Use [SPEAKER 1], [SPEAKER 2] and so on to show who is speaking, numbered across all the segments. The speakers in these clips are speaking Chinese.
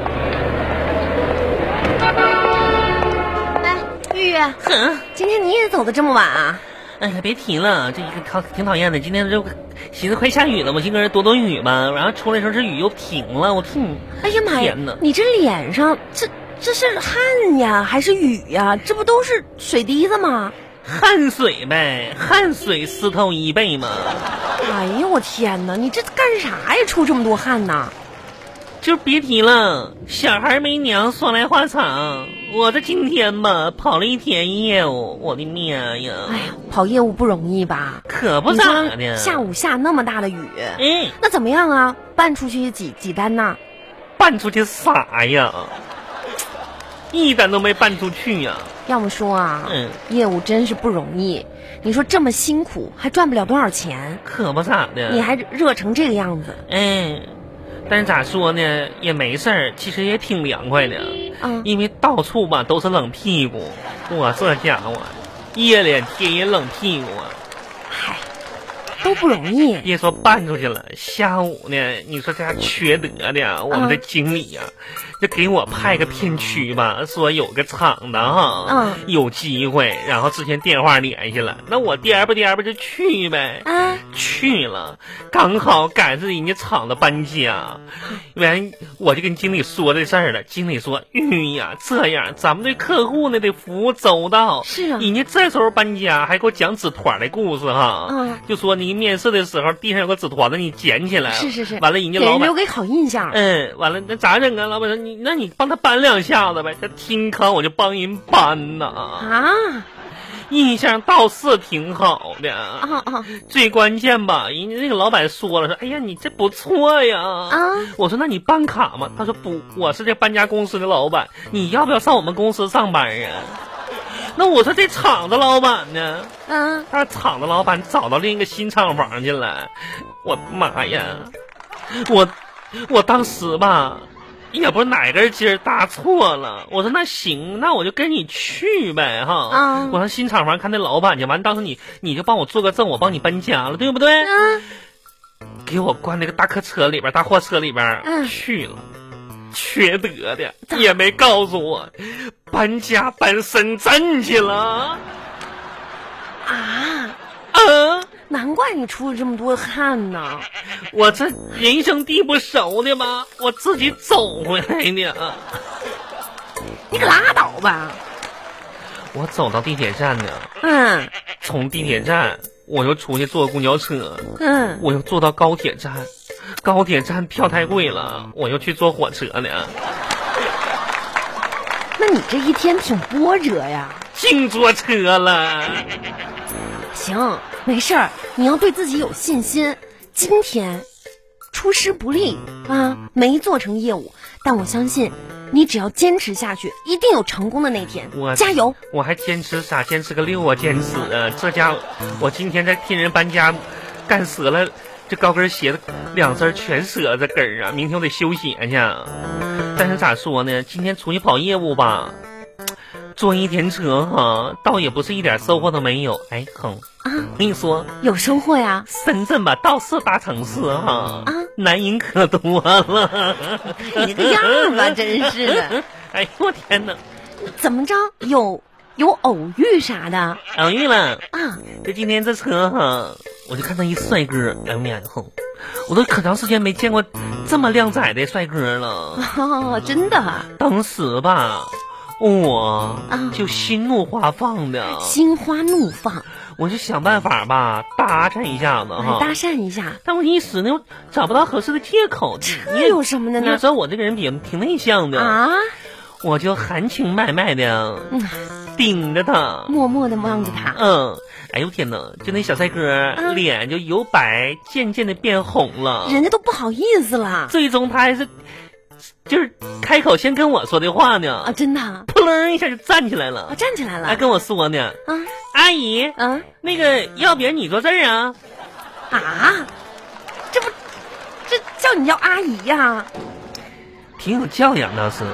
[SPEAKER 1] 哼，
[SPEAKER 2] 哎今天你也走的这么晚啊？
[SPEAKER 1] 哎呀，别提了，这一个讨挺讨厌的。今天就寻思快下雨了嘛，今个人躲躲雨吧。然后出来的时候这雨又停了，我天！
[SPEAKER 2] 哎呀妈呀
[SPEAKER 1] 天哪！
[SPEAKER 2] 你这脸上这这是汗呀还是雨呀？这不都是水滴子吗？
[SPEAKER 1] 汗水呗，汗水湿透衣背嘛。
[SPEAKER 2] 哎呀，我天哪！你这干啥呀？出这么多汗呐？
[SPEAKER 1] 就别提了，小孩没娘，说来话长。我的今天吧，跑了一天业务，我的妈呀！
[SPEAKER 2] 哎呀，跑业务不容易吧？
[SPEAKER 1] 可不
[SPEAKER 2] 你
[SPEAKER 1] 咋
[SPEAKER 2] 说
[SPEAKER 1] 的。
[SPEAKER 2] 下午下那么大的雨，
[SPEAKER 1] 嗯，
[SPEAKER 2] 那怎么样啊？办出去几几单呐？
[SPEAKER 1] 办出去啥呀？一单都没办出去呀、
[SPEAKER 2] 要么说啊，
[SPEAKER 1] 嗯
[SPEAKER 2] 业务真是不容易。你说这么辛苦，还赚不了多少钱，
[SPEAKER 1] 可不咋的。
[SPEAKER 2] 你还热成这个样子，
[SPEAKER 1] 哎，但是咋说呢，也没事儿，其实也挺凉快的。
[SPEAKER 2] 嗯
[SPEAKER 1] 因为到处吧都是冷屁股，我这家伙，夜脸贴人冷屁股啊！
[SPEAKER 2] 嗨，都不容易。
[SPEAKER 1] 别说办出去了，下午呢，你说这家缺德的，我们的
[SPEAKER 2] 嗯
[SPEAKER 1] 经理呀、就给我派个片区吧，说有个厂子哈，
[SPEAKER 2] 嗯
[SPEAKER 1] 有机会，然后之前电话联系了，那我颠吧颠吧就去呗，
[SPEAKER 2] 啊，
[SPEAKER 1] 去了，刚好赶上人家厂子搬家，完我就跟经理说这事儿了。经理说：“哎呀，这样咱们对客户呢得服务周到。
[SPEAKER 2] 是啊
[SPEAKER 1] 人家这时候搬家还给我讲纸团的故事哈。
[SPEAKER 2] 嗯
[SPEAKER 1] 就说你面试的时候地上有个纸团子，你捡起来。
[SPEAKER 2] 是是是，
[SPEAKER 1] 呃完了人家
[SPEAKER 2] 给
[SPEAKER 1] 老
[SPEAKER 2] 人
[SPEAKER 1] 板
[SPEAKER 2] 留给好印象。
[SPEAKER 1] 嗯，完了，那咋整啊？老板说你，那你帮他搬两下子呗。他听坑我就帮人搬呐，
[SPEAKER 2] 啊
[SPEAKER 1] 印象倒是挺好的。啊
[SPEAKER 2] 啊啊
[SPEAKER 1] 最关键吧，人家那个老板说了，说哎呀，你这不错呀。
[SPEAKER 2] 啊！
[SPEAKER 1] 我说那你办卡吗？他说不，我是这搬家公司的老板，你要不要上我们公司上班啊？那我说这厂子老板呢？
[SPEAKER 2] 嗯，
[SPEAKER 1] 他说厂子老板找到另一个新厂房去了。我妈呀！我我当时吧，也不是哪根筋儿搭错了。我说那行，那我就跟你去呗，哈。
[SPEAKER 2] 啊
[SPEAKER 1] 我上新厂房看那老板去，完当时你你就帮我做个证，我帮你搬家了，对不对？
[SPEAKER 2] 嗯
[SPEAKER 1] 给我关那个大客车里边，大货车里边、
[SPEAKER 2] 嗯
[SPEAKER 1] 去了。缺德的也没告诉我，搬家搬深圳去了。
[SPEAKER 2] 啊，
[SPEAKER 1] 啊，
[SPEAKER 2] 难怪你出了这么多汗呢。
[SPEAKER 1] 我这人生地不熟的吧，我自己走回来啊的。
[SPEAKER 2] 你可拉倒吧。
[SPEAKER 1] 我走到地铁站呢，
[SPEAKER 2] 嗯
[SPEAKER 1] 从地铁站我又出去坐公交车，
[SPEAKER 2] 嗯，
[SPEAKER 1] 我又坐到高铁站，高铁站票太贵了，我又去坐火车呢。
[SPEAKER 2] 那你这一天挺波折呀。
[SPEAKER 1] 净坐车了，
[SPEAKER 2] 行，没事儿，你要对自己有信心。今天出师不利啊，没做成业务，但我相信你只要坚持下去，一定有成功的那天
[SPEAKER 1] 我。
[SPEAKER 2] 加油！！
[SPEAKER 1] 我还坚持啥？坚持个六啊！坚持啊！这家伙，我今天在替人搬家，干折了这高跟鞋的两只儿全折这根儿啊！明天我得修鞋去。但是咋说呢？今天出去跑业务吧，坐一天车哈、倒也不是一点收获都没有。哎，哼，
[SPEAKER 2] 啊，
[SPEAKER 1] 跟你说，
[SPEAKER 2] 有收获呀！
[SPEAKER 1] 深圳吧，倒是大城市哈、
[SPEAKER 2] 啊
[SPEAKER 1] 男人可多了。
[SPEAKER 2] 你这个样儿吧，真是的。
[SPEAKER 1] 哎呦我天哪，
[SPEAKER 2] 怎么着？有有偶遇啥的啊？
[SPEAKER 1] 偶遇了。就今天这车哈，我就看到一帅哥，哎呀妈哼，我都可长时间没见过这么靓仔的帅哥了。
[SPEAKER 2] 哦，真的，
[SPEAKER 1] 当时吧，我
[SPEAKER 2] 啊
[SPEAKER 1] 就心怒花放的，
[SPEAKER 2] 心花怒放，
[SPEAKER 1] 我就想办法吧搭讪一下子
[SPEAKER 2] 来
[SPEAKER 1] 哈。
[SPEAKER 2] 哎搭讪一下，
[SPEAKER 1] 但我一时呢，我找不到合适的借口。你
[SPEAKER 2] 这有什么的
[SPEAKER 1] 嗯你也
[SPEAKER 2] 呢
[SPEAKER 1] 知？道我这个人比挺内向的，
[SPEAKER 2] 啊，
[SPEAKER 1] 我就含情脉脉的
[SPEAKER 2] 嗯，
[SPEAKER 1] 盯着他。
[SPEAKER 2] 默默的望着他，
[SPEAKER 1] 嗯，哎呦天哪！就那小帅哥、
[SPEAKER 2] 嗯
[SPEAKER 1] 脸就由白渐渐的变红了，
[SPEAKER 2] 人家都不好意思了
[SPEAKER 1] 最终他还是就是开口先跟我说的话
[SPEAKER 2] 啊！
[SPEAKER 1] 呢，
[SPEAKER 2] 真的啊，
[SPEAKER 1] 扑棱一下就站起来
[SPEAKER 2] 啊
[SPEAKER 1] 了，
[SPEAKER 2] 站起来了
[SPEAKER 1] 还跟我说呢，
[SPEAKER 2] 啊！
[SPEAKER 1] 阿姨，
[SPEAKER 2] 啊
[SPEAKER 1] 那个要不然你坐这儿啊？
[SPEAKER 2] 啊！这不，这叫你叫阿姨呀、
[SPEAKER 1] 挺有教养倒是，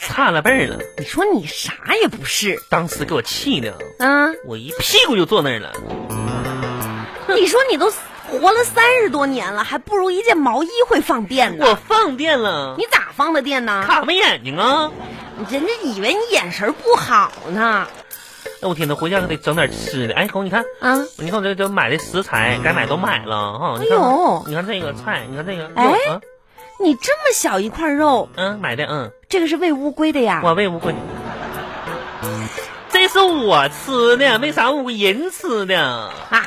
[SPEAKER 1] 差了辈儿了。
[SPEAKER 2] 你说你啥也不是
[SPEAKER 1] 当时给我气的，
[SPEAKER 2] 啊！
[SPEAKER 1] 我一屁股就坐那儿了。
[SPEAKER 2] 你说你都活了三十多年了，还不如一件毛衣会放电呢。
[SPEAKER 1] 我放电了，
[SPEAKER 2] 你咋放的电呢？
[SPEAKER 1] 卡没眼睛啊？
[SPEAKER 2] 人家以为你眼神不好呢。
[SPEAKER 1] 哎，我天呐，回家可得整点吃的。哎，狗，你看，
[SPEAKER 2] 啊，
[SPEAKER 1] 你看我这这买的食材，该买都买了哈。你
[SPEAKER 2] 嗯哎
[SPEAKER 1] 看
[SPEAKER 2] 呦，
[SPEAKER 1] 你看这个菜，你看这个，
[SPEAKER 2] 哎
[SPEAKER 1] 哟啊
[SPEAKER 2] 你这么小一块肉，
[SPEAKER 1] 嗯，买的，嗯，
[SPEAKER 2] 这个是喂乌龟的呀？
[SPEAKER 1] 我喂乌龟。这是我吃的，为啥乌人吃的？
[SPEAKER 2] 啊，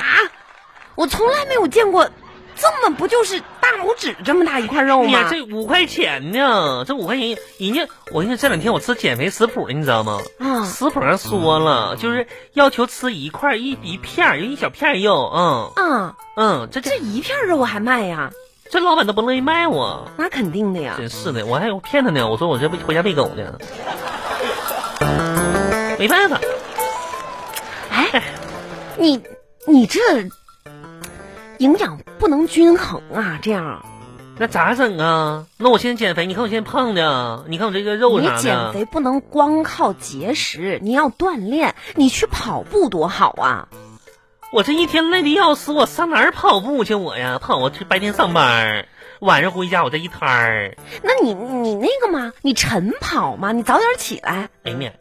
[SPEAKER 2] 我从来没有见过，这么不就是大拇指这么大一块肉
[SPEAKER 1] 哎呀，
[SPEAKER 2] 吗？
[SPEAKER 1] 这五块钱呢？这五块钱，人家我跟你说，这两天我吃减肥食谱呢，你知道吗？
[SPEAKER 2] 啊，
[SPEAKER 1] 食谱上说了，就是要求吃一块一一片儿，就一小片儿肉。嗯
[SPEAKER 2] 啊，
[SPEAKER 1] 嗯，这这
[SPEAKER 2] 这一片肉还卖呀？
[SPEAKER 1] 这老板都不乐意卖我，
[SPEAKER 2] 那肯定的呀。
[SPEAKER 1] 真是的，我还骗他呢，我说我这不回家喂狗呢，没办法，
[SPEAKER 2] 哎，你你这营养不能均衡啊，这样
[SPEAKER 1] 那咋整啊？那我现在减肥，你看我现在胖的，你看我这个肉
[SPEAKER 2] 你
[SPEAKER 1] 啥
[SPEAKER 2] 减
[SPEAKER 1] 的，
[SPEAKER 2] 肥不能光靠节食，你要锻炼，你去跑步多好啊！
[SPEAKER 1] 我这一天累的要死，我上哪儿跑步去我呀？跑我这白天上班儿，晚上回家我这一摊儿。
[SPEAKER 2] 那你你那个嘛，你晨跑嘛，你早点起来
[SPEAKER 1] 哎呀妈呀，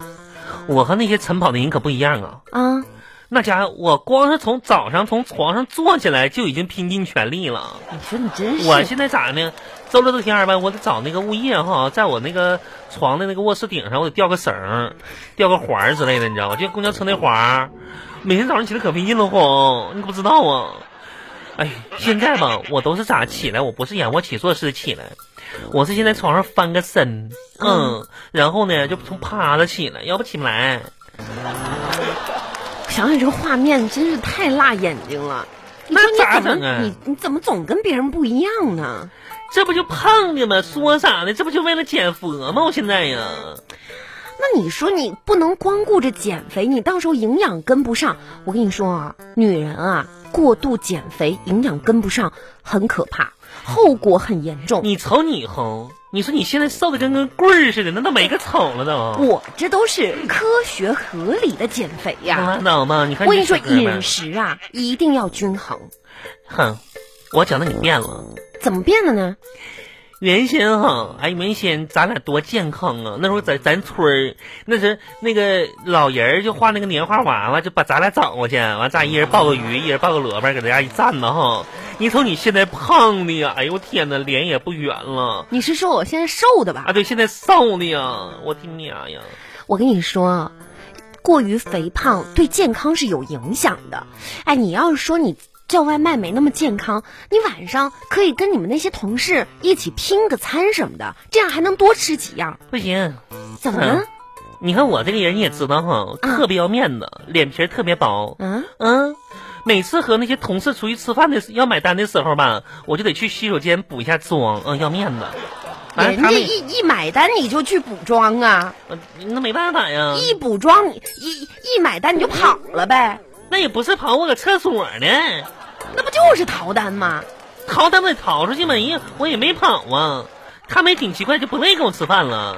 [SPEAKER 1] 我和那些晨跑的人可不一样啊！
[SPEAKER 2] 啊！
[SPEAKER 1] 那家伙，我光是从早上从床上坐起来就已经拼尽全力了。
[SPEAKER 2] 你说你真是
[SPEAKER 1] 我现在咋呢？周六周天儿吧，我得找那个物业哈，在我那个床的那个卧室顶上，我得吊个绳儿，吊个环儿之类的，你知道吗？就公交车那环儿，每天早上起来可费劲了慌，你可不知道啊。哎，现在吧，我都是咋起来？我不是仰卧起坐式的起来，我是先在床上翻个身，嗯，然后呢就从趴着起来，要不起不来。
[SPEAKER 2] 想想这个画面真是太辣眼睛了。你说
[SPEAKER 1] 那
[SPEAKER 2] 你
[SPEAKER 1] 咋
[SPEAKER 2] 怎
[SPEAKER 1] 整啊
[SPEAKER 2] 么你你怎么总跟别人不一样呢？
[SPEAKER 1] 这不就胖的吗？说啥呢？这不就为了减肥吗？我现在呀，
[SPEAKER 2] 那你说你不能光顾着减肥，你到时候营养跟不上。我跟你说啊，女人啊，过度减肥，营养跟不上很可怕，后果很严重。
[SPEAKER 1] 你瞅你哼，你说你现在瘦的跟根棍儿似的，那都没个瞅了都。
[SPEAKER 2] 我这都是科学合理的减肥呀、
[SPEAKER 1] 拉倒吧，啊你看
[SPEAKER 2] 我跟你说，
[SPEAKER 1] 这哥们儿
[SPEAKER 2] 饮食啊一定要均衡。
[SPEAKER 1] 哼，我觉得你变了。
[SPEAKER 2] 怎么变的呢？
[SPEAKER 1] 原先哈，哎，原先咱俩多健康啊！那时候在咱村儿，那时那个老人儿就画那个年画娃娃，就把咱俩找过去，完咱一人抱个鱼，一人抱个萝卜，搁那家一站呢哈。你瞅你现在胖的呀，哎呦我天呐，脸也不圆了
[SPEAKER 2] 你是说我现在瘦的吧？
[SPEAKER 1] 啊！对，现在瘦的呀，我的妈呀！
[SPEAKER 2] 我跟你说，过于肥胖对健康是有影响的。哎，你要是说你叫外卖没那么健康，你晚上可以跟你们那些同事一起拼个餐什么的，这样还能多吃几样。
[SPEAKER 1] 不行，
[SPEAKER 2] 怎么了？
[SPEAKER 1] 你看我这个人你也知道哈，特别要面子，脸皮儿特别薄。
[SPEAKER 2] 嗯，
[SPEAKER 1] 嗯，每次和那些同事出去吃饭的要买单的时候吧，我就得去洗手间补一下妆，嗯，要面子。啊
[SPEAKER 2] 人
[SPEAKER 1] 他
[SPEAKER 2] 家
[SPEAKER 1] 们
[SPEAKER 2] 一一买单你就去补妆啊，
[SPEAKER 1] 呃那没办法呀，
[SPEAKER 2] 一补妆你一一买单你就跑了呗，
[SPEAKER 1] 那也不是跑，我搁厕所呢，
[SPEAKER 2] 那不就是逃单吗？
[SPEAKER 1] 逃他们得逃出去嘛，人家我也没跑啊。他们也挺奇怪，就不乐意跟我吃饭了。